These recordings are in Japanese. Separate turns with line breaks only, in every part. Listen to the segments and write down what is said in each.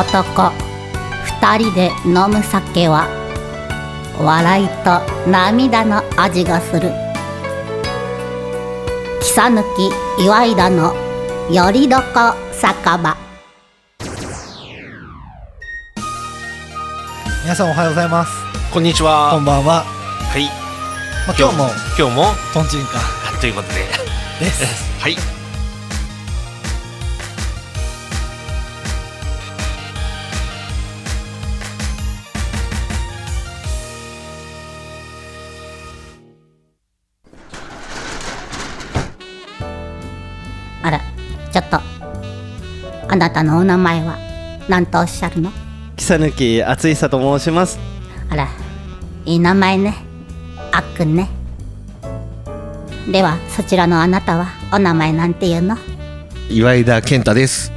男二人で飲む酒は笑いと涙の味がする木さぬき岩井田のよりどこ酒場
皆さんおはようございます
こんにち
こ
は。
んばんは、
はい。
まあ、今日も
今日も
とんちんか
あということで
です
はい。
あらちょっとあなたのお名前は何とおっしゃるの
木さぬきあついさと申します
あらいい名前ねあっくんねではそちらのあなたはお名前なんていうの
岩井田健太です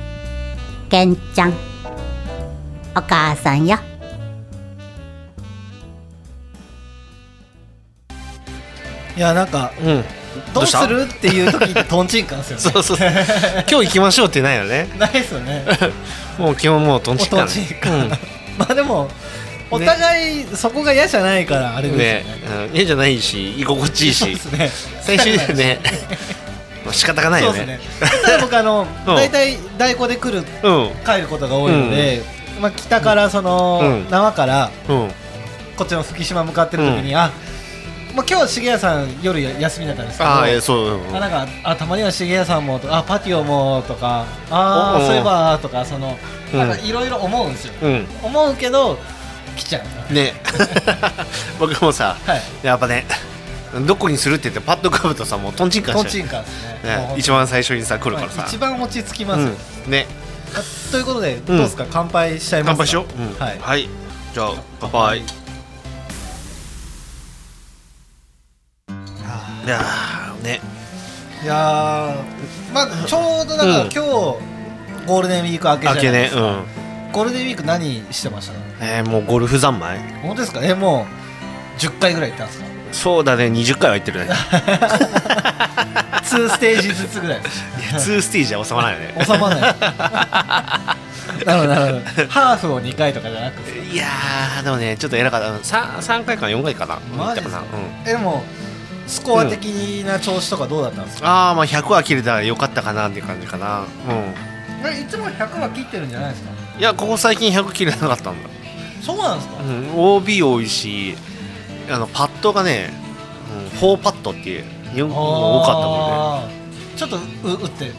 けんちゃんお母さんよ
いやなんか
うん。
ど
ど
う
う
す
した
るっていう時ってとんちんかですよね
そうそうそう。今日行きましょうってないよね。
ないですよね
もう基本もうとんちっか
もうとんちっか
ね。
まあでもお互いそこが嫌じゃないからあれ
うん。
で
ね
すよね、
うん家じゃないし居心地いいし、
そうですね
最終で ね、まあ仕方がない
そう
よ
です
ね
ね。ただ僕あ の大体代行で来る
う
帰ることが多いので、まあ北からその、
うん
縄から
ん。うん。
こっちの月島向かってる時に、あまあ今日茂谷さん夜休みだったんですけど
ああ、えーそう。うん
あなんかあたまには茂谷さんもとかあパティオもとかあ
お
ー
お
そういえばとかその
うん
なんかいろいろ思うんですよ、
うん。
思うけど来ちゃう
ね。僕もさ、
はい
やっぱね、どこにするって言ってパッとかぶとさ、もうとんちんか
とん
し
ち
て
ん。かですねも
ね
う、
一番最初にさ来る
ま
か
あ
らさ。
一番落ち着きますよ、
うん。ね。
あということでどうですか、乾杯しちゃいます
乾
か
杯しよう。うん
はい、
はい。じゃあ乾杯。い
あ
やーね。
ーいやーまあちょうどだから、
うん
今日ゴールデンウィーク明けじゃ
明
ない
け
で
ね
す。
う
か、
ん。
ゴールデンウィーク何してました
えー、もうゴルフ三昧。
本当ですかえもう10回ぐらい行ったんです か
そうだね。二十回は行ってるね。
2ステージずつぐらい
ツーステージは収まらないよね。
収まらないなるほどなるほどハーフを2回とかじゃなくて
いやーでもねちょっと偉かった。三三回か四回かな。
マジですか
行ったかなうん。
えでもスコア的な調子とかどうだったんですか、
ああまあ100は切れたらよかったかなっていう感じかなう
えいつも100は切ってるんじゃないですか
んいやここ最近100切れなかったんだ、
そうなんですか、
うん OB 多いしあのパッドがね、うん、4パッドっていう4
あー
多かったもんね
ちょっとう打って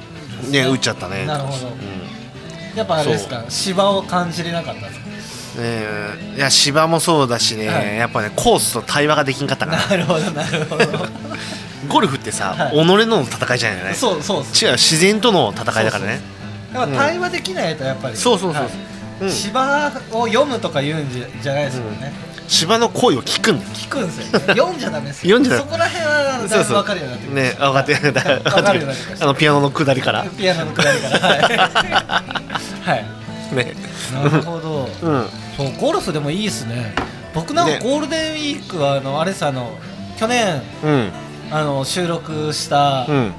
ね打っちゃったね
なるほど
うん
やっぱあれですか芝を感じれなかったんですか
ね、いや芝もそうだしね、
はい
やっぱねコースと対話ができんかったから
なるほどなるほど
ゴルフってさ、
はい
己のの戦いじゃないよ ね
そうそうです
違う自然との戦いだからね
やっぱ対話できないとやっぱり
そうそうそう
はい
うん
芝を読むとか言うんじゃじゃないですよね、
芝の声を聞くんだよ
聞くんですよ、ね、読んじゃダメですよ
読んじゃダ
そ
メ
こら辺はだいぶ分かるようになってきま
ね
した
分かってる
はい分かるようになってきまし
あ
た
のピアノの下りから
ピアノのくだりからはい、はい、
ね
なるほど
うん
そうゴルフでもいいですね僕なんか
ね
ゴールデンウィークはあのあれさあの去年
うん
あの収録した
うん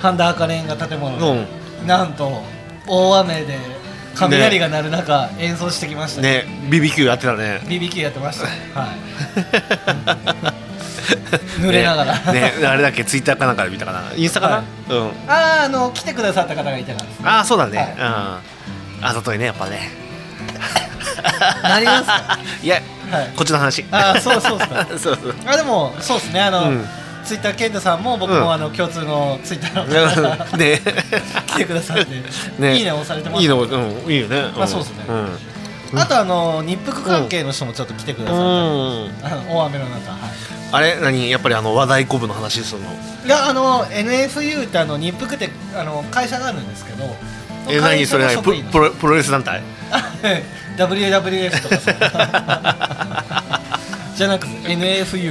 半田赤レンガ建物
う
で、なんと大雨で雷が鳴る中、演奏してきました
んね BBQ やってたね
BBQ やってましたはい 濡れながら、
ねねあれだっけツイッターかなんかで見たかなインスタかな、
はい
うん
あああの来てくださった方がいたから
ああそうだね、うんあざといねやっぱ ね
なります か
いや
はい
こっちの話
あーそうそうっすか
そうそう
あでもそうですねあの、
うん
ツイッター健太さんも僕
うん
もあの共通のツイッターの方が
ね
来てくださって、
ね
いいね押されてます
いいの、うん、いいよね。ん
あそうっすね
うん。
あとあの日服関係の人もちょっと来てくださって、
う
あ
ん
の大雨の中、はい、
あれ、何、やっぱりあの話題こぶの話するの。
いやあの NFU ってあの日服ってあの会社があるんですけど
え、何、それ、
会社の
何
職
プロ
員、の
プロ、プロレス団体。
WWF とか さじゃなくて NFU です
う
ね、
ん。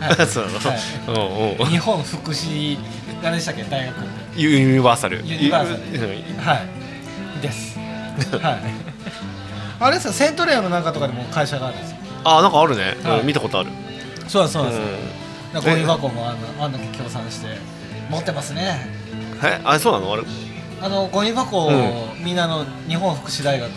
はい
そう
は。
うん、うん
い、日本福祉何でしたっけ大学
ユユニバーサル。
ユニバーサル
うん
はい です、はい、あれですよセントレアの中とかでも会社があるんですよ
あ、なんかあるね。
はい
うん見たことある。
そうなんですそう
う
なんですよ、
ん。
なんかゴミ箱もあんなあんだけ協賛して持ってますね
えあれそうなのあれ
あのゴミ箱をみんなの日本福祉大学の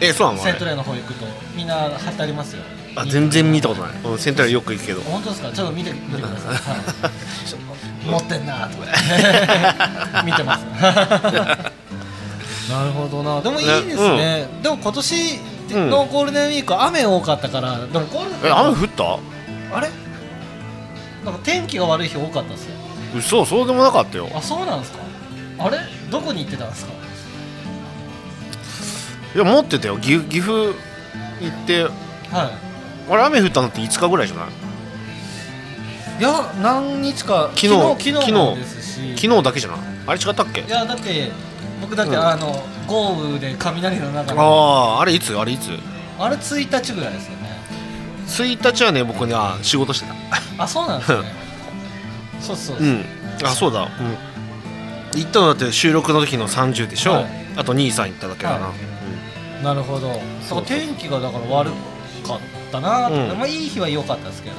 えそうなのあ
セ
れ
ントレアの方行くとみんな貼ってありますよ
あ全然見たことないうんセントラルよく行くけど
本当ですかちょっと見て見てく ださい、はいちょっと持ってんなと か見てますなるほどなでもいいですね、でも今年のゴールデンウィーク雨多かったからでもゴールデンウィーク
え雨降った
あれなんか天気が悪い日多かったですよ
嘘そうでもなかったよ
あそうなんですかあれどこに行ってたんですか
いや持ってたよ岐岐阜行って
はい
あれ雨降ったのって5日ぐらいじゃない
いや何日か
昨日
昨日昨日もですし
昨日だけじゃないあれ違ったっけ
いやだって僕だって、
うん
あの豪雨で雷の中であ
ああーあれいつあれいつ
れ1日ぐらいですよね
1日はね僕ねあ仕事してた
あそうなんですねそうそう、
うんあそうだうん行ったのだって収録の時の30でしょ、
はい
あと兄さん行っただけだな、
は
うん
なるほどそう天気がだから悪かったな、
うん
まあいい日は良かったですけど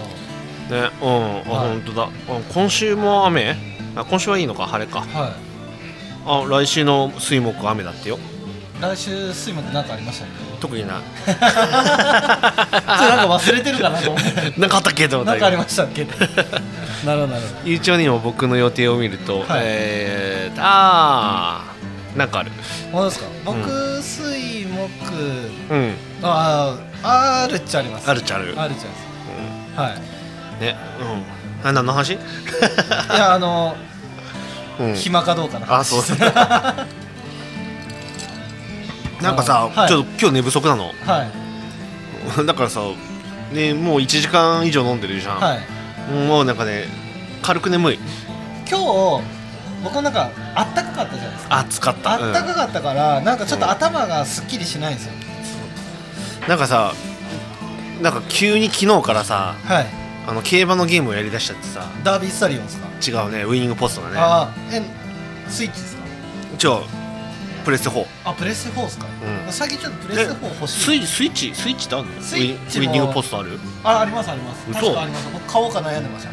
は
ねうん、あ
はい
本当だあ今週も雨あ今週はいいのか晴れか
い
あ来週の水木雨だってよ
来週水木なんかありましたけど
特に
なん
な
か忘れてるかなと思 って
なかったけど
なんかありましたっけなるほどなるほど
一応にも僕の予定を見ると、
はい
えー、あーなんかある
本当ですか僕、
う
水木
うん
あああるっちゃあります
あるっちゃある
あるっちゃありますはい
ねうんあ何の話
いやあの
うん
暇かどうかな
あそう なんかさ、
はい
ちょっと今日寝不足なの
はい
だからさねもう1時間以上飲んでるじゃん、
はい
もうなんかね軽く眠い
今日僕なんかあったかかったじゃないですか
暑かった
あった
う
かかったからなんかちょっ
う
と
ん
頭がすっきりしないんですよ
んなんかさなんか急に昨日からさ
はい
あの競馬のゲームをやりだしちゃってさ
ダービースタリオンですか
違うねウイニングポストだね
ああえスイッチですか
じゃあプレステ4
あプレステ4ですか
うん
最近ちょっとプレステ4欲しい
スイスイッチスイッチってあるのウ
スイッチ
ィンウ
も
ィニングポストある
あありますあります
嘘
確かあります僕買おうか悩んでました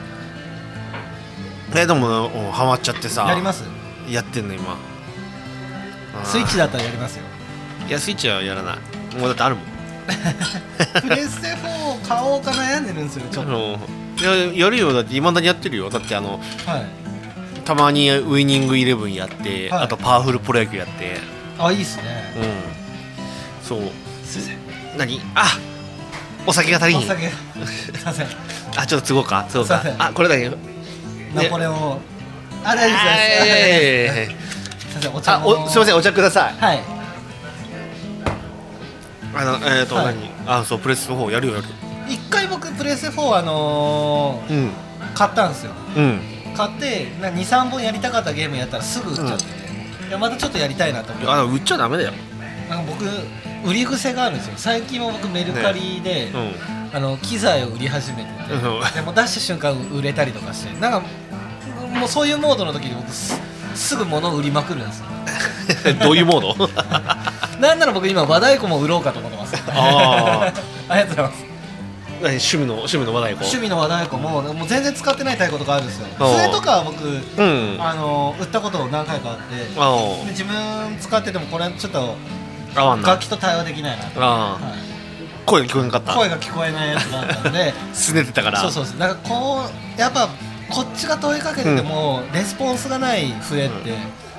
えでも、うんハマっちゃってさ
やります
やってんの今うん
スイッチだったらやり ますよ
いやスイッチはやらないもうだってあるもん
プレステ4を買おうか悩んでるんですよちょ
あ
っと
のいややるよだっていまだにやってるよだってあの
はい
たまにウイニングイレブンやって、
はい
あとパワフルプロ野球やって
あいいっすね
うんそう
すいません
何あお酒が足り
お
ん
酒すいません
あちょっと都合か都合か
すいません
あこれだけど
ナポレオンをあ大丈夫
あいやいやいやい
で
やいや
すすいませんお茶
あおすいませんお茶ください
んはい
あのえっ、ー、と、
はい
何あそうプレスの方やるよやる
一回僕プレステ4あの
うん
ー、買ったんですよ
うん
買って23本やりたかったゲームやったらすぐ売っちゃって、いやまたちょっとやりたいなと思って
あの売っちゃダメだよ
なんか僕売り癖があるんですよ最近も僕メルカリで、
うん
あの機材を売り始めてて、
うん
でもう出した瞬間売れたりとかしてなんかもうそういうモードの時に僕すすぐ物を売りまくるんですよ
どういうモード
なんなら僕今和太鼓も売ろうかと思ってます
あ
ありがとうございます
何趣味の趣味の話題こ
趣味の和太鼓ももう全然使ってない太鼓とかあるんですよ
おう
それとかは僕、
うんあ
あの売ったこと何回かあってで自分使っててもこれちょっと
あ合わんな
楽器と対話できないなと、
ああ
はい
声が聞こえなかった
声が聞こえないやつがあったんで
すねてたから
そうそうそうだからこうやっぱこっちが問いかけてても、レスポンスがない笛って、い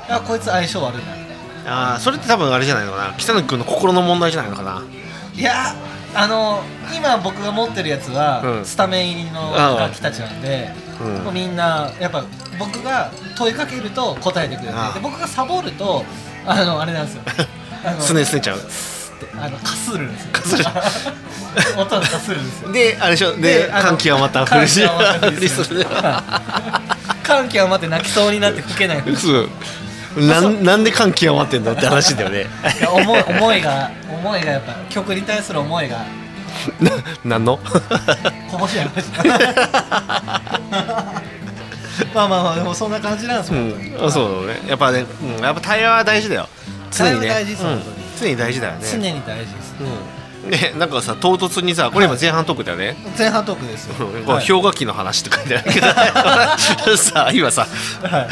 やこいつ相性悪いな
ああそれって多分あれじゃないのかな北野君の心の問題じゃないのかない
やあの今僕が持ってるやつは、
うん
スタメン入りの楽器たちなんで、
うん
もうみんなやっぱ僕が問いかけると答えてくれて
ああ
で僕がサボるとあのあれなんですよあ の
すねすねちゃう
ってあのかするんですよ
かする
音がかするんですよ
であれでしょで
あの
歓喜はまた振るし
歓喜はまた降るし
それ
はい 歓喜は待って泣きそうになって吹けない い
そうなんなんで歓喜は待ってんだって話だよ ね
や思い思いが思いがやっぱ曲に対する思いが
ななんの
こぼしちゃいました まあまあまあでもそんな感じなんです
う
も
んあそうだねやっぱね、うん、やっぱ対話は大事だよ常に
対話
ね
大事です
うん
本当に
常に大事だよね
常に大事です
うんねなんかさ唐突にさこれ今前半トークだよね、
前半トークですよ、
うん
はい
氷河期の話って書いてあるけど、 さあ今さ、
は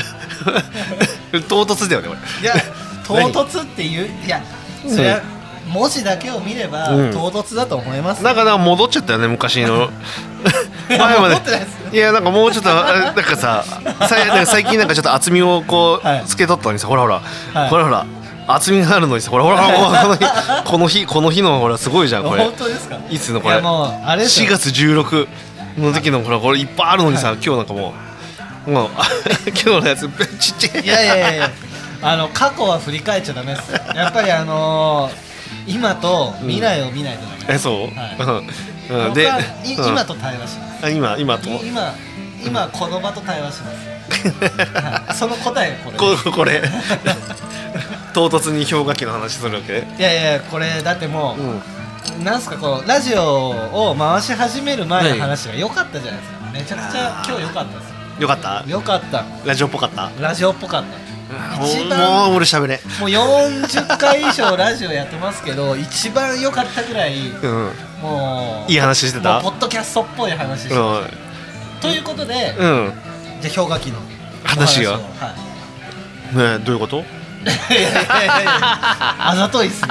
唐突だよねこれ
いや唐突っていういやそれは文字だけを見れば
うん
唐突だと思います、
なんかなんか戻っちゃったよね昔 の
い
前
や
ま
戻ってないです
でいやなんかもうちょっ とあなんかささいなんか最近なんかちょっと厚みをこう、
はい
つけとったのにさほらほら、
い
ほらほら厚みがあるのにさほらほらほらこの日この日この日のほらすごいじゃんこれ
本当ですか
いつのこれ
いやもうあれです
4
よ
月16の時のほらこれいっぱいあるのにさ、今日なんかもうもう 今日のやつちっちゃい
いやいやいやあの過去は振り返っちゃダメですやっぱりあのー今と未来を見ないとダメです、
えそう、
は
うんうん
僕
で
はいう今
ん
と対話します
あ今今と
い今今この場と対話します、はいその答えがこれ
こ これ唐突に氷河期の話するわけ
いやいやこれだっても
うん
う、なんすかこうラジオを回し始める前の話が良かったじゃないですかめちゃくちゃ今日良かったです
よかった
良かった
ラジオっぽかった
ラジオっぽかった一番
もう俺喋れ
もう40回以上ラジオやってますけど一番良かったぐらい
うん
もう
いい話してた
もうポッドキャストっぽい話して
う
ま
ん
した、ということで、じゃ
うんね
あ氷河期の
話が
おをはい
えどういうこと
いやいやいやあざといっすね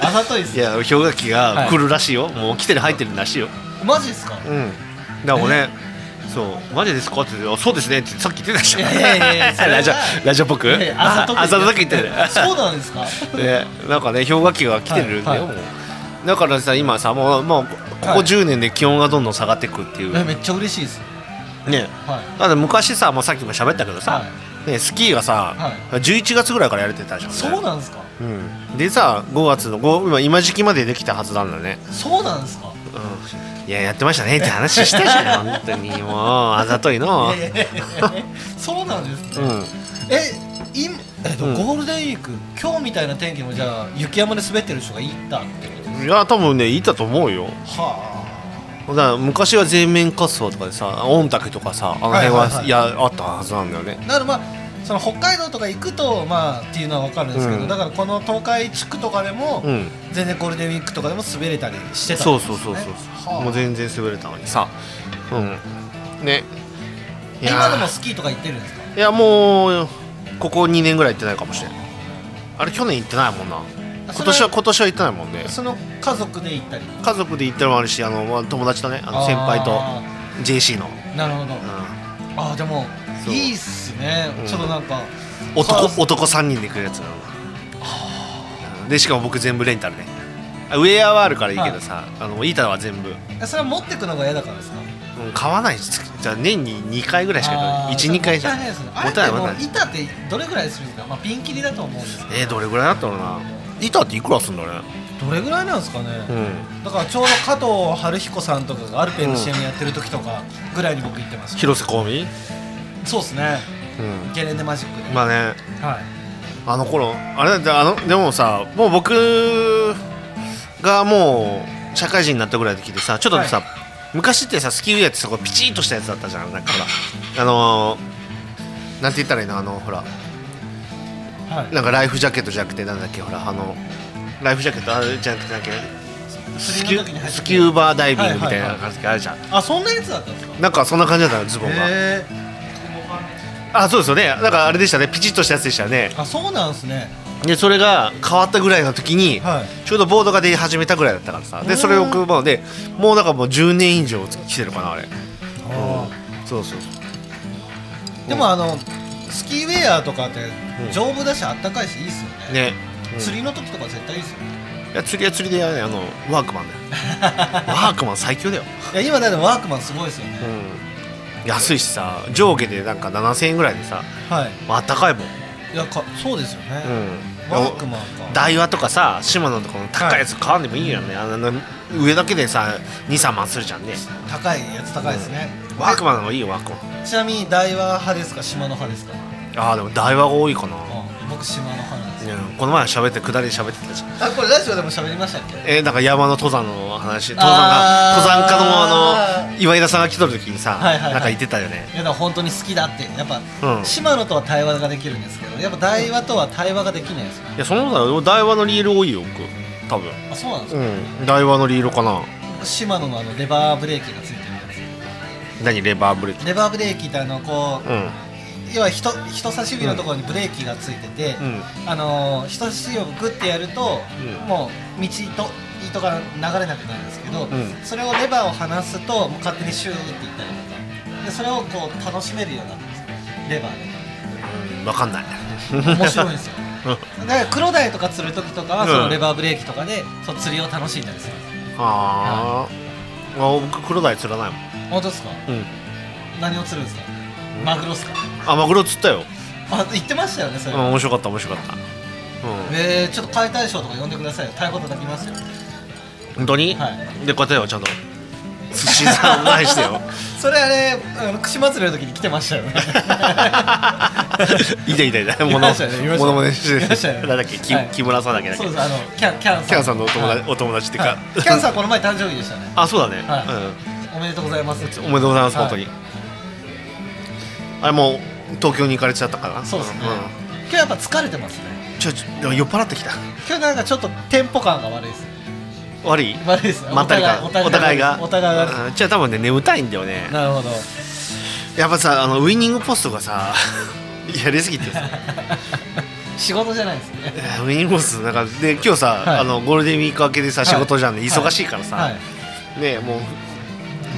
あざといっす
い
ね
や氷河期が来るらしいよ、もう来てる入ってるらしいよ
マジっすか
うんだからねそうマジですかって言ってあそうですねってさっき言ってたじゃん
いやいやいやそれは
ラジオラジオっぽく
いやいやあざとく
ああざとく言ってる
そうなんですか
でなんかね氷河期が来てるんだよ、
はいはい
もうだからさ今さもうもうここ
はい
10年で気温がどんどん下がってくっていう、
えめっちゃ嬉しいです
ね
はい
だって昔さもうさっきも喋ったけどさ、
は
ね、スキーがさ、
は
11月ぐらいからやれてたじゃん、ね、
そうなんですか
うん、でさ5月の5今今時期までできたはずなんだね、
そうなんですか
うん、いややってましたねって話したじ ゃん本当にもうあざといの
いやいやいやいやそうなんです
う
ね
ん
え今えっと
うん
ゴールデンウィーク今日みたいな天気もじゃあ雪山で滑ってる人がいたって
いや多分ねいたと思うよ
は
だから昔は全面滑走とかでさ御嶽とかさあの辺は,、
はいいはいはい
やあったはずなんだよね
あだからまあその北海道とか行くとまあっていうのは分かるんですけど、
うん
だからこの東海地区とかでも、
うん
全然ゴールデンウィークとかでも滑れたりしてたん
そう
です
そ
ね
うそうそうそう、
はあ
もう全然滑れたのにさうんねいや
今でも
ー
スキーとか行ってるんですか
いやもうここ2年ぐらい行ってないかもしれないあれ去年行ってないもんな今
それは
年は今年は行ってないもんね
その家族で行ったり
家族で行ったのもあるしあのまあ友達とねあの先輩と
あ
JC の、
ーなるほど
う
あーでも
そう
いいっすね、
うん
ちょっとなんか
ん、
は
男
あ
男3人で行くやつなのうんでしかも僕全部レンタルねあウェアはあるからいいけどさ、あのイータは全部、う
えそれは持ってくのが嫌だからですか
ん、買わないしじゃあ年に2回ぐらいしか行か
あ
な
ー
い12回じゃ
もったいないですね
もったいないも
あ
った
れ
い
ってもう板
な
ってどれぐらいするんですかまあピンキリだと思うんですけ
えー、どれぐらいだったのかな板っていくらすんだね
どどれぐらいなんですかね、
うん
だからちょうど加藤晴彦さんとかがアルペンの CM やってる時とかぐらいに僕行ってました、
広瀬香美
そうですね
うん
ゲレンデマジックで、
まあね
はい
あの頃あれだってあのでもさもう僕がもう社会人になったぐらいで来てさちょっとさ、昔ってさスキーウェアってさこうピチーとしたやつだったじゃんなんかほらあのー、なんて言ったらいいのあのほら
はい
なんかライフジャケットじゃなくてなんだっけほらあのライフジャケットあれじゃなくてなんだっけスキュ
釣りの時に入ってる
スキューバーダイビングみたいな感じあるじゃん、
あそんなやつだったんですか
なんかそんな感じだったのズボンが、
へえ
あそうですよねなんかあれでしたねピチッとしたやつでしたよね
あそうなんですね
でそれが変わったぐらいの時に、
はい
ちょうどボードが出始めたぐらいだったからさ
う
で
ん
それを組むのでもうだからもう10年以上来てるかなあれ
あ
そうそうそう
ーでもあのスキーウェアとかって丈夫だしあったかいしいいっすよね
ね、うん
釣りの時とか絶対いいっすよね
いや釣りは釣りでやるねあのワークマンだよワークマン最強だよ、
いや今だってワークマンすごいですよね
うん、安いしさ上下でなんか7000円ぐらいでさ
はい
まああったかいもん、
いやかそうですよ
う
ね、
ん、
ワークマンか
ダイワとかさシマノとかの高いやつ買わんでもいいよね、あの上だけでさ23万するじゃんね
高いやつ高いですね、
ワークマンの方がいいよワークマン
えちなみに台湾派ですか島の派ですか、
あーでもダイワが多いかな、
うん、僕島の派なんですよ
うんこの前喋って下りで喋ってたじゃ
あ
ん
これラジオでも喋りましたっけ
えー、なんか山の登山の話登山
あ
が
ー
登山家のあの岩井田さんが来とる時にさ、
はいはいはい
なんか言ってたよね
いやだから本当に好きだってやっぱ、
うん
島野とは対話ができるんですけどやっぱ台話とは対話ができないですよね
いやそのことは台湾のリール多いよ僕多分
あそうなんですか、
うん台湾のリールかな
島野のあのレバーブレーキがついてるや
何レバーブレーキ
つレバーブレーキってあのこう、
うん
要は人人差し指のところにブレーキがついてて、
うん
あのー人差し指をグッてやると、
うん
もう道と糸が流れなくなるんですけど、
ん
それをレバーを離すともう勝手にシューっていったりとかでそれをこう楽しめるようになってますレバーで。
うんわかんない
面白いんですよだからクロダイとか釣る時とかはそのレバーブレーキとかでそう釣りを楽しんだりするんです
はああ僕黒鯛釣らないもん
本当ですか
うん
何を釣るんですかマグロっすか
あマグロ釣ったよ、
あ言ってましたよねそ
うん、
れ、
面白かった面白かったうん
えー、ちょっと解体ショーとか呼んでくださいよ太鼓叩きますよ
本当に、
はい
でこうやってよちゃんと寿司さん返してよ
それあれあの串祭りの時に来てましたよね
いたいたいた
い
も
ましたよねいましたよね
のものまねして
いましたよね
なんだっけ、き
はい
木村さんだっけだっ
そ
け
うですあのキャンキャンさん
キャンさんのお友達,、
はい
お友達っていうか、
はいキャンさんこの前誕生日でしたね
あそうだね、
はおめでとうございます
うんおめでとうございます、
はい
本当にあれもう東京に行かれちゃったから
そうですね、今日やっぱ疲れてますね
うんちょちょでも酔っ払ってきた
今日なんかちょっとテンポ感が悪いです
悪い
悪いです
まったりか
お
お
互い
互いが
お互いが
うんじゃあ多分ね眠たいんだよね
なるほど
やっぱさあのウイニングポストが さやりすぎてさ
仕事じゃないですね
えーウィニングボスなんかで今日さ、
はい
あのゴールデンウィーク明けでさ
はい
仕事じゃん、忙しいからさ、
はい
ねもう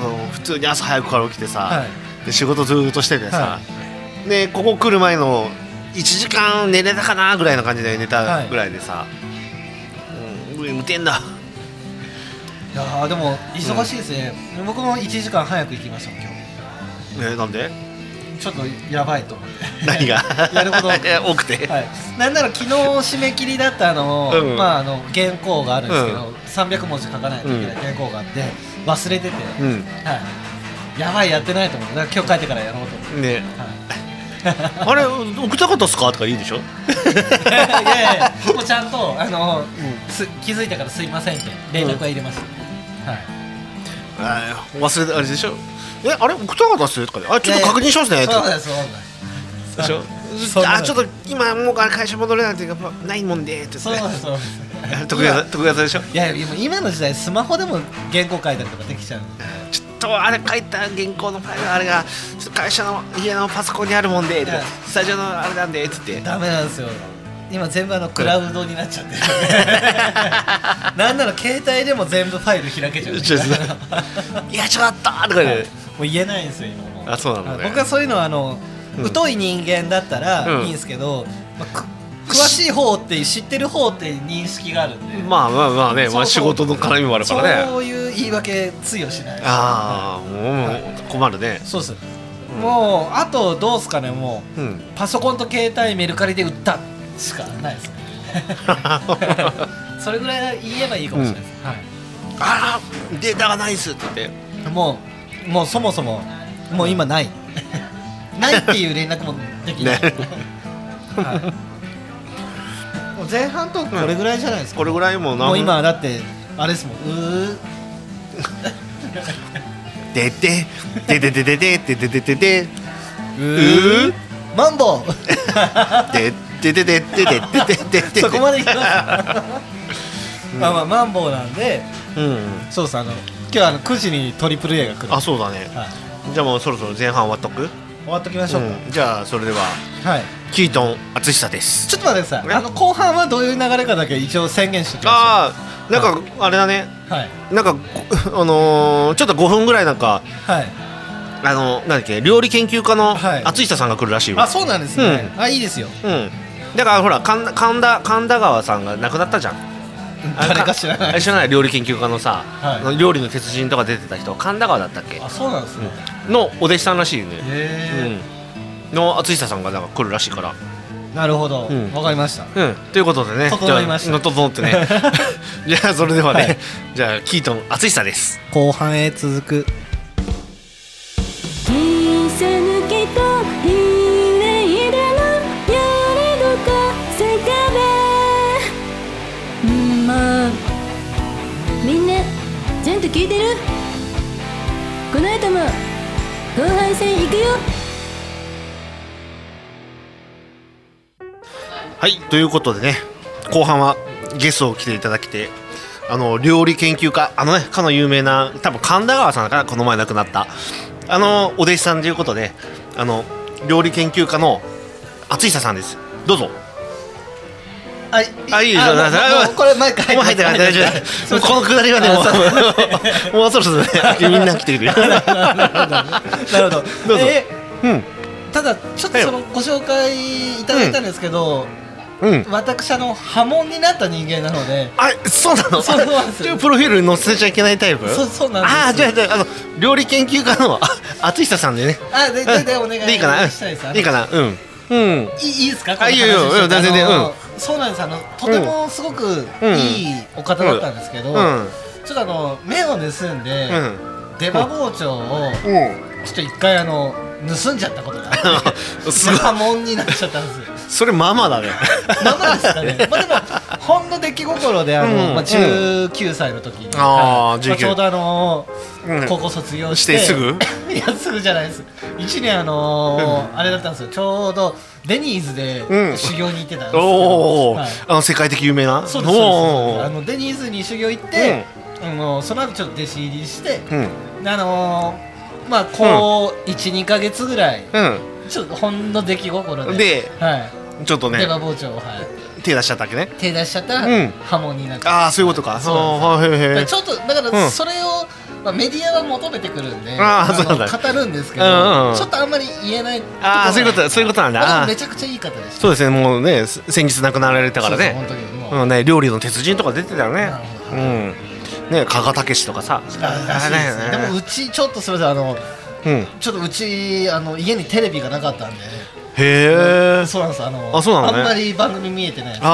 もう普通に朝早くから起きてさ、
は
で仕事ずーっとしててさ、でここ来る前の1時間寝れたかなぐらいな感じで寝たぐらいでさ、うん、無点だ
いやーでも忙しいですね、僕も1時間早く行きましたもん今日
えなんで
ちょっとやばいと思って
何が
やるほど
いや 多くて、
はい、なんなら昨日締め切りだったあの、
うん
まあ、あの原稿があるんですけど、
う
300文字書かないといけない原稿があって忘れてて、
うん
はい、やばいやってないと思ってだから今日帰ってからやろうと思って、
ね
はい、
あれ送ったことっすかとか言うでしょ
いやいやいやもうちゃんとあの、す気づいたからすいませんって連絡は入れました、はい
あー忘れたあれでしょえあれ送ったことっすとかであちょっと確認しますねと
そう
か
ですそうです
でしょ
そんな
あちょっと今もう会社戻れないというかまあないもんでって
そ
言
う
っ
で
て
すそうです
徳川さん徳川さんでしょ
いやいやもう今の時代スマホでも原稿書いたりとかできちゃう
ちょっとあれ書いた原稿のファイルあれがちょっと会社の家のパソコンにあるもんでって
はい
スタジオのあれなんでっつって
ダメなんですよ今全部あのクラウドになっちゃって るなんなら携帯でも全部ファイル開けちゃう
ちょっといやちょっととかで
もう言えないんですよ今も
あそうなのね
僕はそういうのはあの、
うん
疎い人間だったら
うん
いいんですけど、まあく詳しい方って知ってる方って認識があるんで
まあまあまあねまあ
そ
仕
うそう
事の絡みもあるからね
そういう言い訳通用しない
ああもう困るね
そうです、もうあとどうすかねもう
うん
パソコンと携帯メルカリで売ったしかない ですねそれぐらい言えばいいかもしれないです、
ああデータがないっすって言って
はい、もうもうそもそももう今 ないないっていう連絡もできない、
ね
はい、もう 前半とこれぐらいじゃないですか、
これぐらいもうな
もう今だってあれですもんうー
でてでででででででででで
うーマン ボウ
ででででででででで
そこまでいきますまあまあマンボウなんで
うん
そうですあの今日はあの9時にトリプル A が来る
あそうだね
はい、
じゃあもうそろそろ前半終わっとく
終わっときましょうか、
うんじゃあそれでは
はい
キートン厚久です
ちょっと待ってください
え
あの後半はどういう流れかだけ一応宣言しておきま
ああなんかあれだね
しょうはい
なんかこ あのーちょっと5分ぐらいなんか
はい
あのなんだっけ料理研究家の
はい
厚久さんが来るらしいわ、
あそうなんですね、あいいですよ
うんだからほら神田神田神田川さんが亡くなったじゃんあ
誰か知らな
あれ
い
知らない料理研究家のさ、
はい
あの料理の鉄人とか出てた人神田川だったっけ
あそうなんですね、
のお弟子さんらしいね
へ
うんの厚久さんがなんか来るらしいから
えなるほどわ、
うん
かりました
うん、ということでね、
整いました
じゃあ整ってね。じゃあ、それではね、
はい
じゃあ、キートン厚久です。
後半へ続く
「見せ抜けたいレイだのやれどかせかべ」んまあみんなちゃんと聞いてるこの後も後半戦行くよ
はい、ということでね、後半はゲストを来ていただきて。あの料理研究家、あのね、かの有名な、多分神田川さんからこの前亡くなった。あのお弟子さんということで、あの料理研究家の厚久さんですどうぞ
あい
あいいよ
あもう
あ
もうもうこれマイク入
もう入ってない大丈 夫 このくだりはねもう もうそろそろねみんな来てくれる
なるほど
どうぞ
え
うん
ただちょっとそのご紹介いただいたんですけど、
うん
私あの波紋になった人間なので
あそうなの
そうなんですよ
あれプロフィールに載せちゃいけないタイプ
そうそうなんです
ああじゃあじゃああの料理研究家のあ厚久さんでね
あでででお願い
で いいかなうん
したいです
いいかなうんうん
いいいいですか
あいいよいいよ
この話
うん全然
あの
うん
そうなんですあのとてもすごく
うん
いいお方だったんですけど、
うん
ちょっとあの目を盗んで、
うん
出馬包丁を
うん
ちょっと一回あの盗んじゃったことがあって
すごい
波紋になっちゃったんですよ
それママだね
まあまあですか ね。まあでもほんの出来心であの、
うん
まあ19歳の時に、
あー
はい
19
まちょうどあの
うん
高校卒業し、
しててすぐ
いやすぐじゃないです。一年あのーあれだったんですよ。ちょうどデニーズ
う
で
ん
修行に行ってたんですけど、
おお
はい
あの世界的有名な
そうですそう
お
です。あ
ー
のデニーズに修行行って、あのその後ちょっと弟子入りして、
うん
であのーまあこう一二ヶ月ぐらいちょっとほんの出来心で、
で
はい。
うんちょっと
出
ね
馬包丁をはい。
手出しちゃったわけね
手出しちゃった
うん
ら波紋になっちゃう
ああそういうことか
そうなんです
あーへー
だ
へ
から
ー
ちょっとだか
う
ら
ん
それを、まあ、メディアは求めてくるんで
あー
の
そうなんだ
語るんですけど、
うんうん
ちょっとあんまり言えないところが
ああそういうことそういうことなん
まあ
だ
で
あ
もめ
ー
ちゃくちゃいい方でした
そうですねもうねす先日亡くなられたから
そう
ね
そう本当にもう、
うんね料理の鉄人とか出てたよね
なるほど
うんね加賀武士とかさ
あらしいですね
あー
でもうちちょっとすみませんあの
うんへ
ちょっとうちあの家にテレビがなかったんで、
え
そうなんですあの
あそうなのね
あんまり番組見えてないです
ああ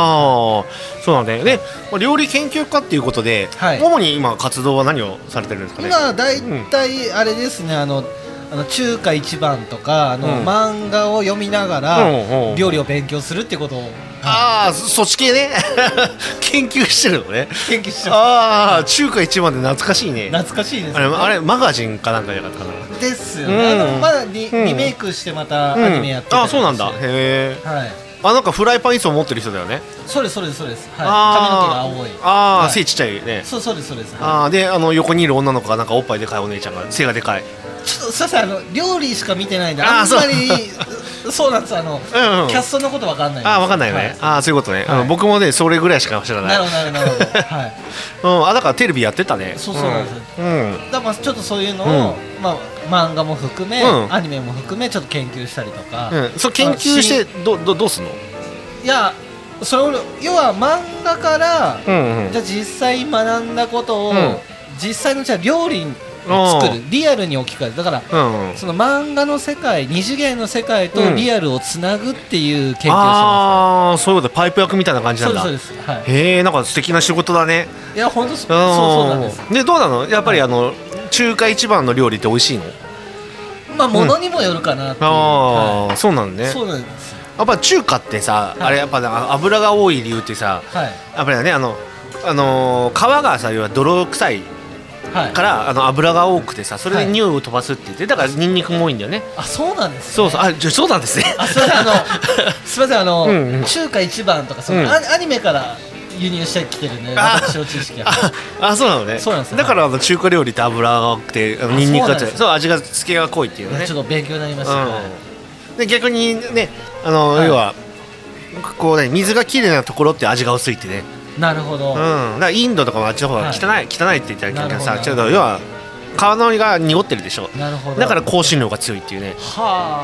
そうなんだよねまあ料理研究家っていうことで、
はい
主に今活動は何をされてるんですかね
今だいたいあれですねあのあの中華一番とかあの、
うん
漫画を読みなが
うんう
ら
ん
料理を勉強するってことを、
ああそそっち系ね 研究してるのね
研究しちゃう
ああ中華一番で懐かしいね
懐かしいです
あれあれマガジンかなんかじゃなかったかな
ですよね、
うん
あのまだリ,、
うん
リメイクしてまたアニメやってたり
あそうなんだへ
して
え
はい
あなんかフライパンいつも持ってる人だよね、
そうですそうですそうです、は
あ
い、髪の毛が青い
ああ、
はい
背ちっちゃいね
そうそうですそうです、はい
ああであの横にいる女の子がなんかおっぱいでかいお姉ちゃんが背がでかい
ちょっとすいませんあの料理しか見てないんであ
あー
んまり そうなんですあの、
うんうん
キャストのことわかんない
ああわかんないよね、
はい
ああそういうことね、あ
は
の
い
僕もねそれぐらいしか知らな
ないるほどなるほどなるほどはい
うんあだからテレビやってたね
そうそうなんですよ
うん、うん
だからまあちょっとそういうのを、まあ、漫画も含め、
うん
アニメも含めちょっと研究したりとか、
うん、そう研究してどどどうすんの
いやそれを要は漫画から、
うんうん
じゃあ実際学んだことを、
うん
実際のじゃあ料理を作
う
るリアルに置き換えるだから、
うんうん
その漫画の世界二次元の世界と
うん
リアルをつなぐっていう研究をしてま
ああそういうことパイプ役みたいな感
す、
じなんだ
そうですそうですはい
へえなんか素敵な仕事だね
いや本当そ
う
そ
ん
うそうなんです
でどうなのやっぱりあの中華一番の料理って美味しいの
まあ物にもよるかなっていう、
ああ、
は
そうな
い
んね
そうなんです
やっぱ中華ってさ、
い
あれやっぱねあ油が多い理由ってさ
はい
やっぱりねあのあのー皮がさ要は泥臭い
はい
からあの油が多くてさそれで
はい
匂いを飛ばすって言ってだからニンニクも多いんだよね
あそうなんですね
そうそうあじゃそうなんですね
あすみませんあの すみませんあの、
うんうん
中華一番とかその、
うん
アアニメから輸入してきてるね
あ
私の知識が
あ あそうなのね
そうなんですよ
だからあの中華料理って油が多くてあのニンニクが
そうなんですよ
そう味が付けが濃いっていうね
ちょっと勉強になりました、はい
うん、で逆にねあの、
はい
要はこうね水がきれいなところって味が薄いってね、
なるほど、
うん、だからインドとかもあっちの方が汚い、汚いって言ったら
な
さ
るほど
ちょっと要は川のりが濁ってるでしょ
なるほど
だから香辛料が強いっていうね
は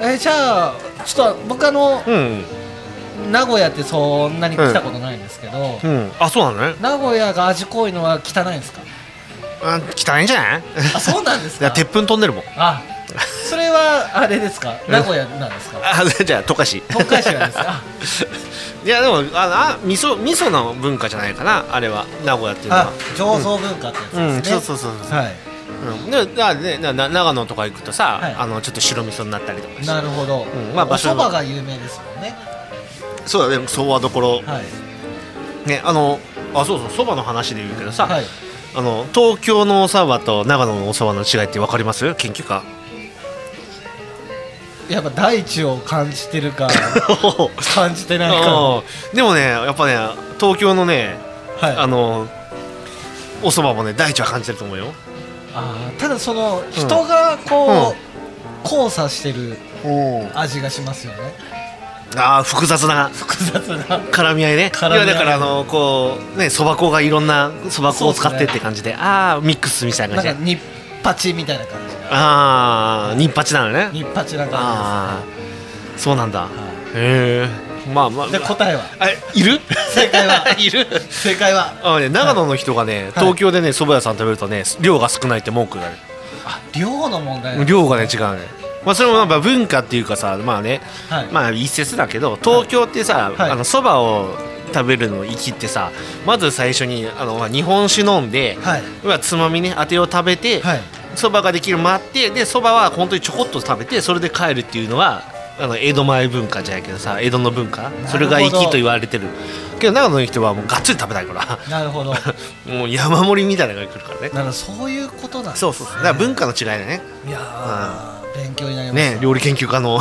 う
あ、
ん
えじゃあちょっと僕あの、
うん
名古屋ってそんなに来たことないんですけど、
うんあそうなのね
名古屋が味濃いのは汚いんですか
あ汚いんじゃ ない
あそうなんです
いや
か
鉄粉飛んでるもん
あそれはあれですか名古屋なんですか
あ じゃあ溶かし
北海市なんですか
いやでもああ味噌味噌の文化じゃないかなあれは名古屋っていうの
あ
は
醸造文化ってやつですね、
うんそうそうそうそう
はい
うんでだねなな長野とか行くとさ、
はい
あのちょっと白味噌になったりとかして
なるほど、
んまあ
お
場所
蕎
の
麦が有名ですもんね
そうだね昭和どころ
はい
ねあのあそうそうそばの話で言うけどさ、
はい
あの東京のおそばと長野のおそばの違いって分かります研究 家
やっぱ大地を感じてる か
う
感じてないか、 は
んでもねやっぱね東京のね、
い、
あのおそばもね大地は感じてると思うよ
あーただその人がこう、交差してる
うん
味がしますよね
ああ複雑な
複雑な
絡み合いね
絡み合い
いやだからあのこうねそば粉がいろんなそば粉を使ってって感じでああミックスみたいな
なん
感じ
か
で
ニッパチみたいな感じ
ああニッパチなのね
ニッパチな感
ああそうなんだへえまあまあ
じですで答えは
あい る
正解は
いる
正解は
あのね長野の人がね、東京でね蕎麦屋さん食べるとね量が少ないって文句があ
量の問題な
る
んだ
量がね違うねまあそれもなんか文化っていうかさまあね、
はい
まあ一説だけど東京ってさ、
はい
あの蕎麦を食べるの行きってさまず最初にあのまあ日本酒飲んで、
はい
まあつまみねあてを食べて、
はい
そばができる待ってでそばは本当にちょこっと食べてそれで帰るっていうのはあの江戸前文化じゃないけどさ江戸の文化それが粋と言われてるけど長野の人はもうがっつり食べたいか
なるほどなる
らもう山盛りみたいなのが来るからね
ほどそういうことなんです
そうそうそうだから文化の違いだね
いやー勉強になりまし
ね
た
料理研究家の
い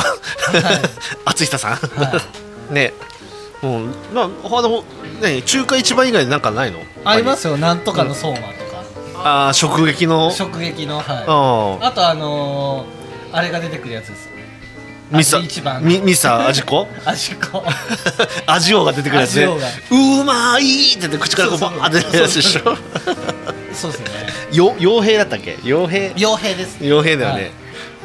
厚久さん、
は
ねもうまあ他のね中華市場以外でなんかないの
ありますすよなんとかの相馬とか
あー食撃の
食撃のは
あ
いあとあのーあれが出てくるやつです
ミサ
一番
ミミサ味子
あそこ
味王が出てくるやつね
味王が
うまいって言って口からこうバーって出るやつでしょ
そうですね
よ傭兵だったっけ傭兵
傭兵です
傭兵だよね、
はい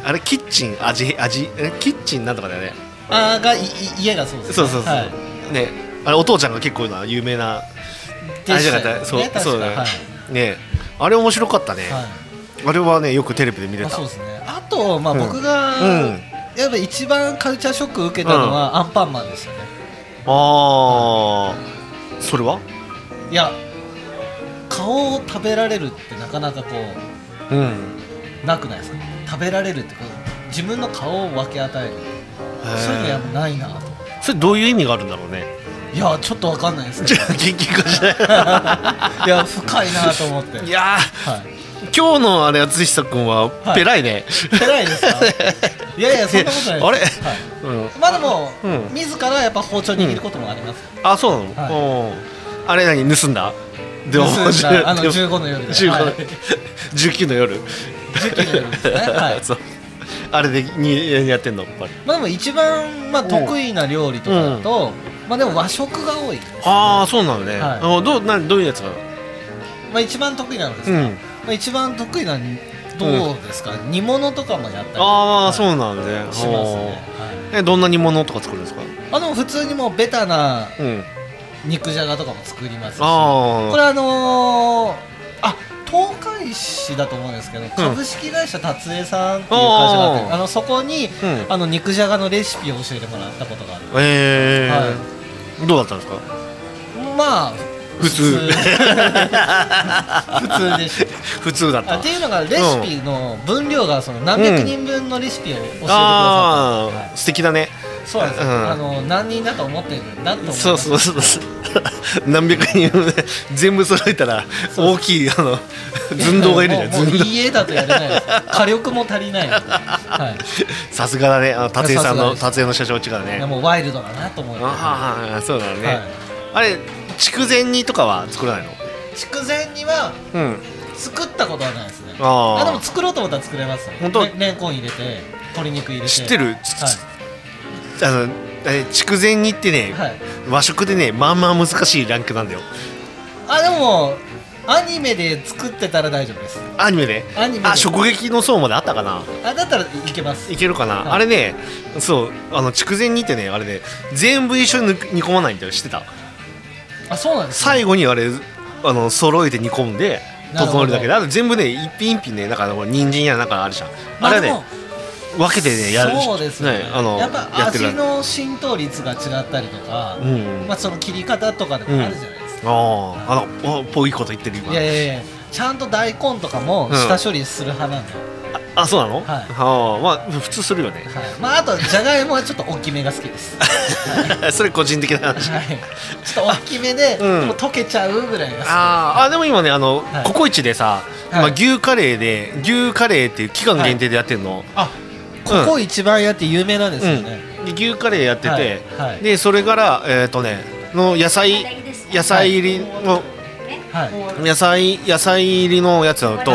あれキッチン味味えキッチンなんとかだよね
あーがいい家がそうですね
そうそうそう、
はい
ねあれお父ちゃんが結構な有名な
で
あれ
し
じゃ
た
な
よ
かった
ね
そう、
確か
そうだね,、
はい
ねあれ面白かったね、
はい
あれはねよくテレビで見れ
まあ
た
そうですねあとまあ
うん
僕が
うん
やっぱ一番カルチャーショック受けたのはアンパンマンでしたね
ああそれはい
や顔を食べられるってなかなかこう
うん
なくないですか食べられるってこう自分の顔を分け与えるそういうのやっぱないなと
それどういう意味があるんだろ うね
いやちょっと分かんないですね
じゃあ研究家じゃな い
いや深いなと思って
いや
はい
ー今日のあれ敦久君は
はい
ペラい ね、
偉いです かいやいやそんなことないです
あれ
はい
うん、
まあでも、
うん
自らやっぱ包丁握ることもあります、
あそうなの、うんあれ何盗んだでも
盗んだあの
でも
15の夜で
15の、
はい
19の夜
19の夜ですねはい
そうあれでにやってんのやっぱり
まあでも一番、まあ、得意な料理とかだと、まあでも和食が多い、
ああそうなのね、
はい
あどうなどういうやつが
まあ、一番得意なのです、
う
ま
ん
あ、一番得意なのどうですか、煮物とかもやったり
ああそううなのね
しますね、はい
おーえどんな煮物とか作るんですか
あでも普通にもうベタな
うん
肉じゃがとかも作りますし
ああ
これあのー、あ東海市だと思うんですけど、株式会社達江さんっていう会社があっ
お
て
ー
あのそこに、
うん
あの肉じゃがのレシピを教えてもらったことがある、
えーどうだったんですか
まあ
普通
普通でした
普通だっ
あ
た
っていうのがレシピの分量がその何百人分のレシピを教えてくださ
あ
った、は
あ素敵だね
い、そうなんですよ、
うん
あの何人だと思ってるんだと思います
そうそうそうそう 何百人もね全部揃えたら大きいあの寸胴がいるじゃん
もうもう
寸胴
家だとやれないです火力も足りないので、は
さすがだねあの達江さん
さすが
の
です
達江の社長違う
い、いや
ね
もうワイルドだなと思います
ああそうだね、
はい
あれ筑前煮とかは作らないの
筑前煮は
うん
作ったことはないですね
あ
あ
ー
でも作ろうと思ったら作れます
本当
ねレンコン入れて鶏肉入れて
知ってるつあのえ筑前煮ってね、
はい、はい、
和食でねまあまあ難しいランクなんだよ
あでもアニメで作ってたら大丈夫です
アニメで
アニメで
あ食撃の層まであったかな
あだったらいけます
いけるかな、
はい
あれねそうあの筑前煮ってねあれね全部一緒にぬ煮込まないんだよ知ってた
あそうなんですね
最後にあれあの揃えて煮込んで
なるほど
整えるだけであと全部ね一品一品ねなんかあの人参やなんかあるじゃん
ま
あれは
でも
ね分けてねやる
そうですね
あの
やっぱ
やってる
味の浸透率が違ったりとか、
うん
まあ、その切り方とかでもあるじゃないですか、
あああのおっぽいこと言ってる今
いやいやいやちゃんと大根とかも下処理する派なんで、
あそうなの、
はい
ああまあ普通するよね
はい、まああとじゃがいもはちょっと大きめが好き です
それ個人的な話
はい、ちょっと大きめで、
うん
でも溶けちゃうぐらいが
あーあでも今ねあの、
はい
ココイチでさ、
はい
まあ、牛カレーで牛カレーっていう期間限定でやってるの、
あここ一番屋って有名なんですよね、
で牛カレーやってて、
はいはい
でそれからえっ、とねの野菜野菜入りの、
はい
野菜野菜入りのやつだと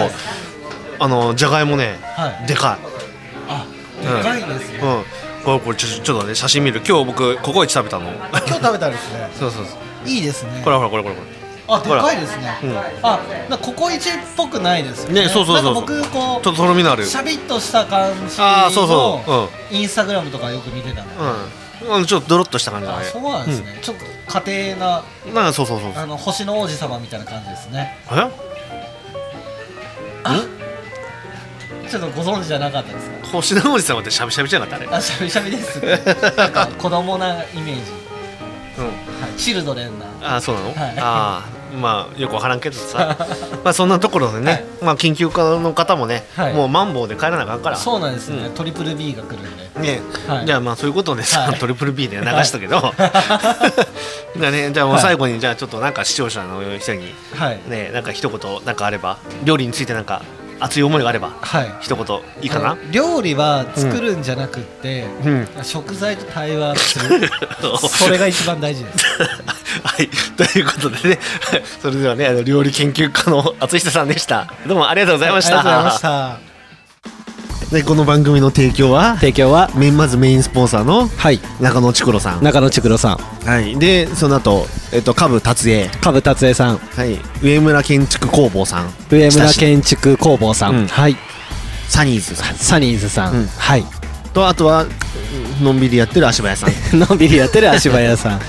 あのじゃがいもね
はい
でか
あ
い、うん
でかいですね、
うん、これこれちょちょっと待って写真見る今日僕ココイチ食べたの
今日食べたんですね
そうそうそう
いいですね
これほらこれこれこれ
あでかいですね、
うん
あなんかココイチっぽくないですよね
ねそうそうそう
なんか僕こう
ちょっととろみのある
しゃびっとした感じ
あーそうそ
のインスタグラムとかよく見てたの
うんあのちょっとドロッとした感じだ
あ
ね
そうなんですね、ちょっと家庭な
うんなんかそうそうそうそう
あの星の王子様みたいな感じですね
え
ちょっとご存知じゃなかったですか
星の王子様ってしゃびしゃびじゃなかったあれ
あしゃびしゃびですねなんか子供なイメージ、
うん
はい、チルドレンな
あそうなの、
はい
ああまあよくわからんけどさまあそんなところでね、
はい
まあ緊急課の方もね、
はい
もうマンボウで帰らなあかんから
そうなんですね、
うん
トリプル B が来るんで
ね、
はい
じゃあまあそういうことをね、さ
はい
トリプル B で流したけど、 じゃあ ねじゃあもう最後にじゃあちょっとなんか視聴者の人に
はい
ねなんか一言なんかあれば料理についてなんか熱い思いがあれば
はい
一言いいかな、
料理は作るんじゃなくって、
うん、
食材と対話するそれが一番大事 です
はい、ということでね、それではね、あの料理研究 家の厚久さんでした。どうもありがとうございました。
ありがとうございました
でこの番組の提供は
提供は
メインまずメインスポンサーの
はい
中野ちくろさん、
中野ちくろさん
はい、でその後、えっと下部達也、
株達也さん
はい、上村建築工房さん
上村建築工房さん、
うん
はい
サニーズさん
サニーズさん、
うん
はい
とあとはのんびりやってる足早さん
のんびりやってる足早さん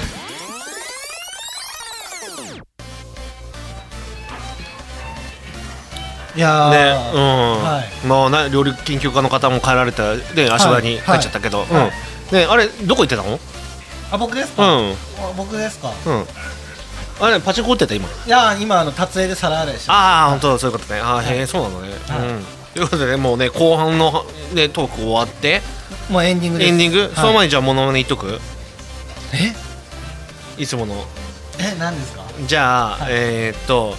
いやー、
ね、うん、
は
まあな料理研究家の方も帰られたで足早に帰っちゃったけ
は
ど、
い
うん、ねあれどこ行ってたの？
あ僕です
う
か、
ん、
あ僕ですか
うん。あれパチンコ打ってた今。
いやー今あの撮影で皿洗いしてます
ああ、本当だそういうことね。ああ、へえ、そうなのね。
はい
うん。ということでね、もうね後半のねトーク終わって
もうエンディングです
エンディング、
い
その前にじゃあモノマネ言っとく？
え
いつもの。
え何ですか
じゃあ、
はい
えーっと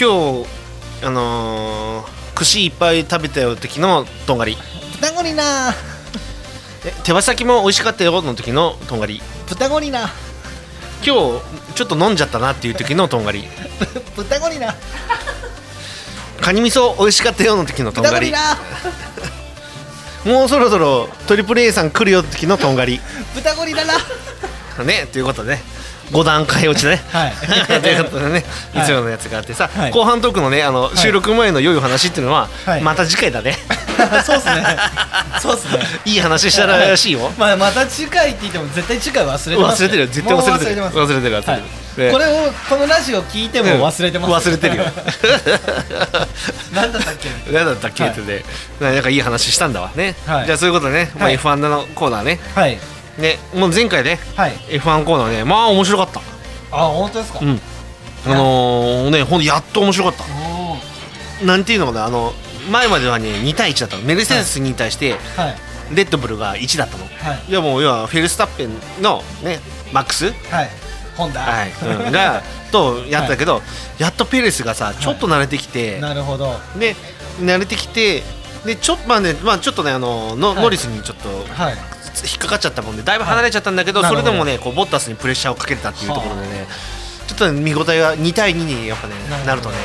今日あのー串いっぱい食べたよ時のとんがり
豚ゴリラー
え手羽先も美味しかったよの時のとんがり
豚ゴリラー
今日ちょっと飲んじゃったなっていう時のとんがり
豚ゴリラー
カニ味噌美味しかったよの時のとん
豚
が
ゴ
り
リラー
もうそろそろトリプル A さん来るよの時のとんがり
豚ゴリララ
ねということでね5段階落ちだね
はい
ということでね、
はい
い、つものやつがあってさ、
はい
後半トークのねあの収録前の良いお話っていうのは、
はい
また次回だね
そうっすねそうっすね
いい話したらしいよ
まあまた次回って言っても絶対次回忘れてます
忘
よ
れてるよ絶対忘れてる
もう忘れてます
忘れてる忘れてる
はい
ね
これをこのラジオ聞いても忘れてます、
うん忘れて るよ
何だったっけ
何だったっけ、
はい
ってねなんかいい話したんだわね、
はい
じゃあそういうことでね、まあ、
はい
F1 のコーナーね
はい
ねもう前回ね
はい
F1 コーナーねまあ面白かった
あ本当ですか、
うんあのー、ねほんとやっと面白かった
おー
なんていうのかなあの前まではね2対1だったのメルセデスに対して
はい
レッドブルが1だったの、
はい
い、やもう要はフェルスタッペンのねマックス
はい本田
はい、うん、がとやったけど、やっとペレスがさちょっと慣れてきて、
なるほど
で慣れてきてでちょ,、まあねまあ、ちょっとねあのの、
はい
ノリスにちょっと
はい
引っかかっちゃったもんでだいぶ離れちゃったんだけど、
はい
それでも
な
ねこうボッタスにプレッシャーをかけてたっていうところでねちょっとね見応えが2対2にやっぱね
なるほど
なるとね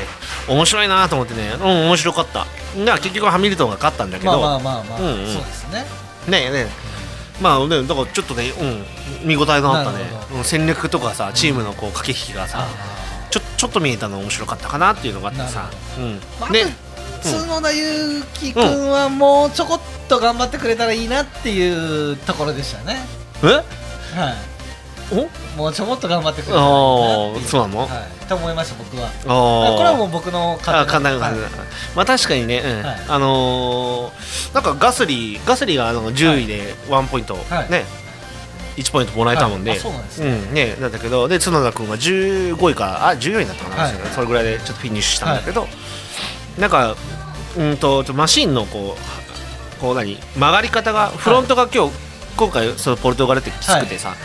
面白いなと思ってねうん面白かっただから結局ハミルトンが勝ったんだけ
まあ
ど、
まあまあまあ、
うんうん
そうですね
ねえねえまあねだからちょっとね、うん、見応えのあったね
なるほ、
うん、戦略とかさチームのこう駆け引きがさ、ちょちょっと見えたの面白かったかなっていうのがあって
な
さ
る、
うん
まあ
ね
角田裕樹君はもうちょこっと頑張ってくれたらいいなっていうところでしたね、
え
はい
お
もうちょこっと頑張ってくれたらいいなってい
あーそうなの
はい、と思いました僕は
あー
これはもう僕の
あ簡単
な
簡単まあ確かにね、うん
はい
あのーなんかガスリーガスリーがあの10位でワンポイント、
はい
ね1ポイントもらえたもんで、
はいあそうなんですね
んねなんだけどで角田君が15位からあ14位だったかな、
はい
それぐらいでちょっとフィニッシュしたんだけど、なんかうんとちょっとマシンのこうこう何曲がり方がフロントが今日、今回そのポルトガルってきつくてさ、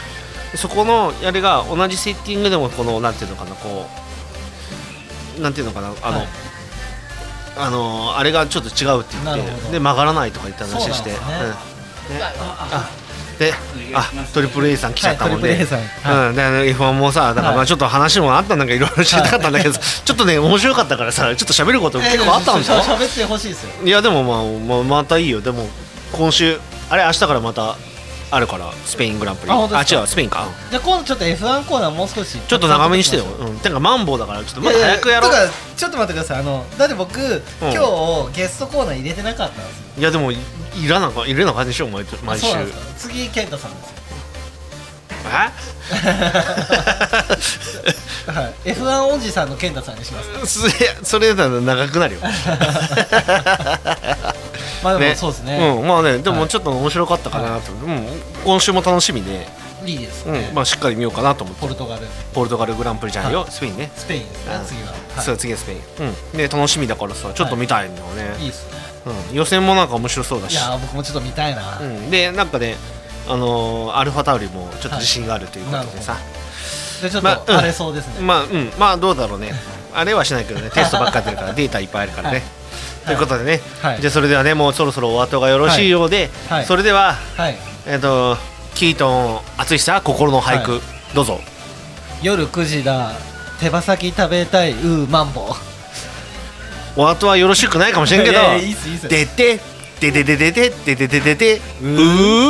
そこのやれが同じセッティングでもこのなんていうのかなこうなんていうのかなあの、
はい
あのあれがちょっと違うって言
な
っ
る
て
ほど
で曲がらないとか言った話して
そうなんです
うんねあであトリプル A さん来ちゃったも
は
んで、
いトリプル A さん
うん、であの F1 もさだからま
は
あ
い
ちょっと話もあったんだけどいろいろ知りたかったんだけど、ちょっとね面白かったからさちょっと喋ること結構あったんで
です
よ、
喋ってほしいですよ
いやでもまあまあまたいいよでも今週あれ明日からまたあるからスペイングランプリ
あ本当ですか
違うスペインか
じゃあ今度ちょっと F1 コーナーもう少し
ちょっと長めにしてよ、うん、てかマンボウだからちょっとまだ早くやろう
いいとかちょっと待ってくださいあのだって僕、今日ゲストコーナー入れてなかったんですよ
いやでもいいらなかいれなかったでしょ毎毎
あ
週
そう なんですか次健太さんですよはい F1 おじさんの健太さんにします
えそれそれだと長くなるよ
まあでもそうですね
うんまあねで
は
も
い
ちょっと面白かったかなと、うん今週も楽しみで、
いいです
う
ね、
んまあ、しっかり見ようかなと思って
ポルトガル
ポルトガルグランプリじゃないよ、スペインね、
スペインですね
うん
次は、
そう
は
次はスペイン、うん、で楽しみだからさちょっと見たいんだよね、
い、いいですね
うん、予選もなんか面白そうだ
い
し
やー僕もちょっと見たいな、
うん、でなんかねあのーアルファタウリもちょっと自信があるということでさ、
でちょっ
まあ
と
うん
荒れそうですね、
まあうんまあどうだろうねあれはしないけどねテストばっか出る からデータいっぱいあるからね、ということでね、
はい
じゃあそれではねもうそろそろお後がよろしいようで、
はいはい
それでは
はい
えっ、とキートン淳さん心の俳句、
は
どうぞ
夜9時だ手羽先食べたいウーマンボウ
お後はよろしくないかもしれんけど
いやいやいいっすいいっす
でてででででででででででう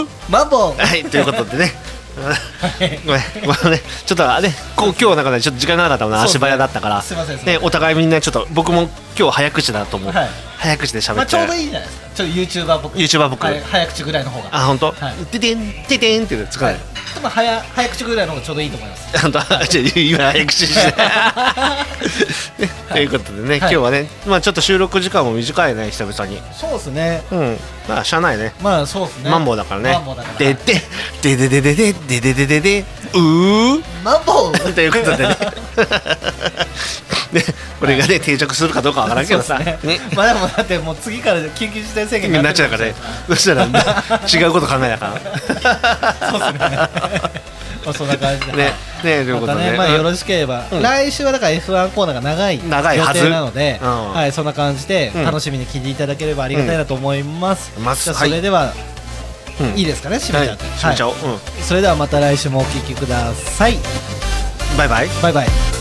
ー
マンボウ
はいということでね
はい
ごめんごめんねちょっとあれこう今日なんかねちょっと時間がなかったもんな
そうです
足
ね
早だったから
すいませんすいま
ね
せん
お互いみんなちょっと僕も今日早口だと思う、
はい
早口で喋って、
まあちょうどいいじゃないですかちょっと YouTuber 僕
YouTuber 僕
はい早口ぐらいの方が
あ本当
はい
ててんててんって使う、
はいでも早早口ぐらいの方がちょうどいいと思います
本当ちょ今早口して ねということでね、今日はねまあちょっと収録時間も短いね久々に
そうですね
うんまあ社内ね
まあそうですね
マンボウだからね
マンボウだから
でてででででででででででうー
マンボウ
というこ とでねねこれがね定着するかどうかわからんけどさ、
そうで
ね
すねまあでもだってもう次から緊急事態宣言
になっちゃうからねそしたらね違うこと考えなあかん
そうですね まあそんな感じで
ねねというこ
ま
と
た
で
ね、
ね
まあ、よろしければ、
うん
来週はだから F1 コーナーが長い
長いはず
予定なので、
うん
はい、そんな感じで
うん
楽しみに聞いていただければありがたいなと思います、
うんまず
じゃあ
は
そ
い
れでは、
うん
いいですかね締
は
め
い
ちゃって、
しめちゃおう、
それではまた来週もお聞きください
うんバイバイ
バイバイ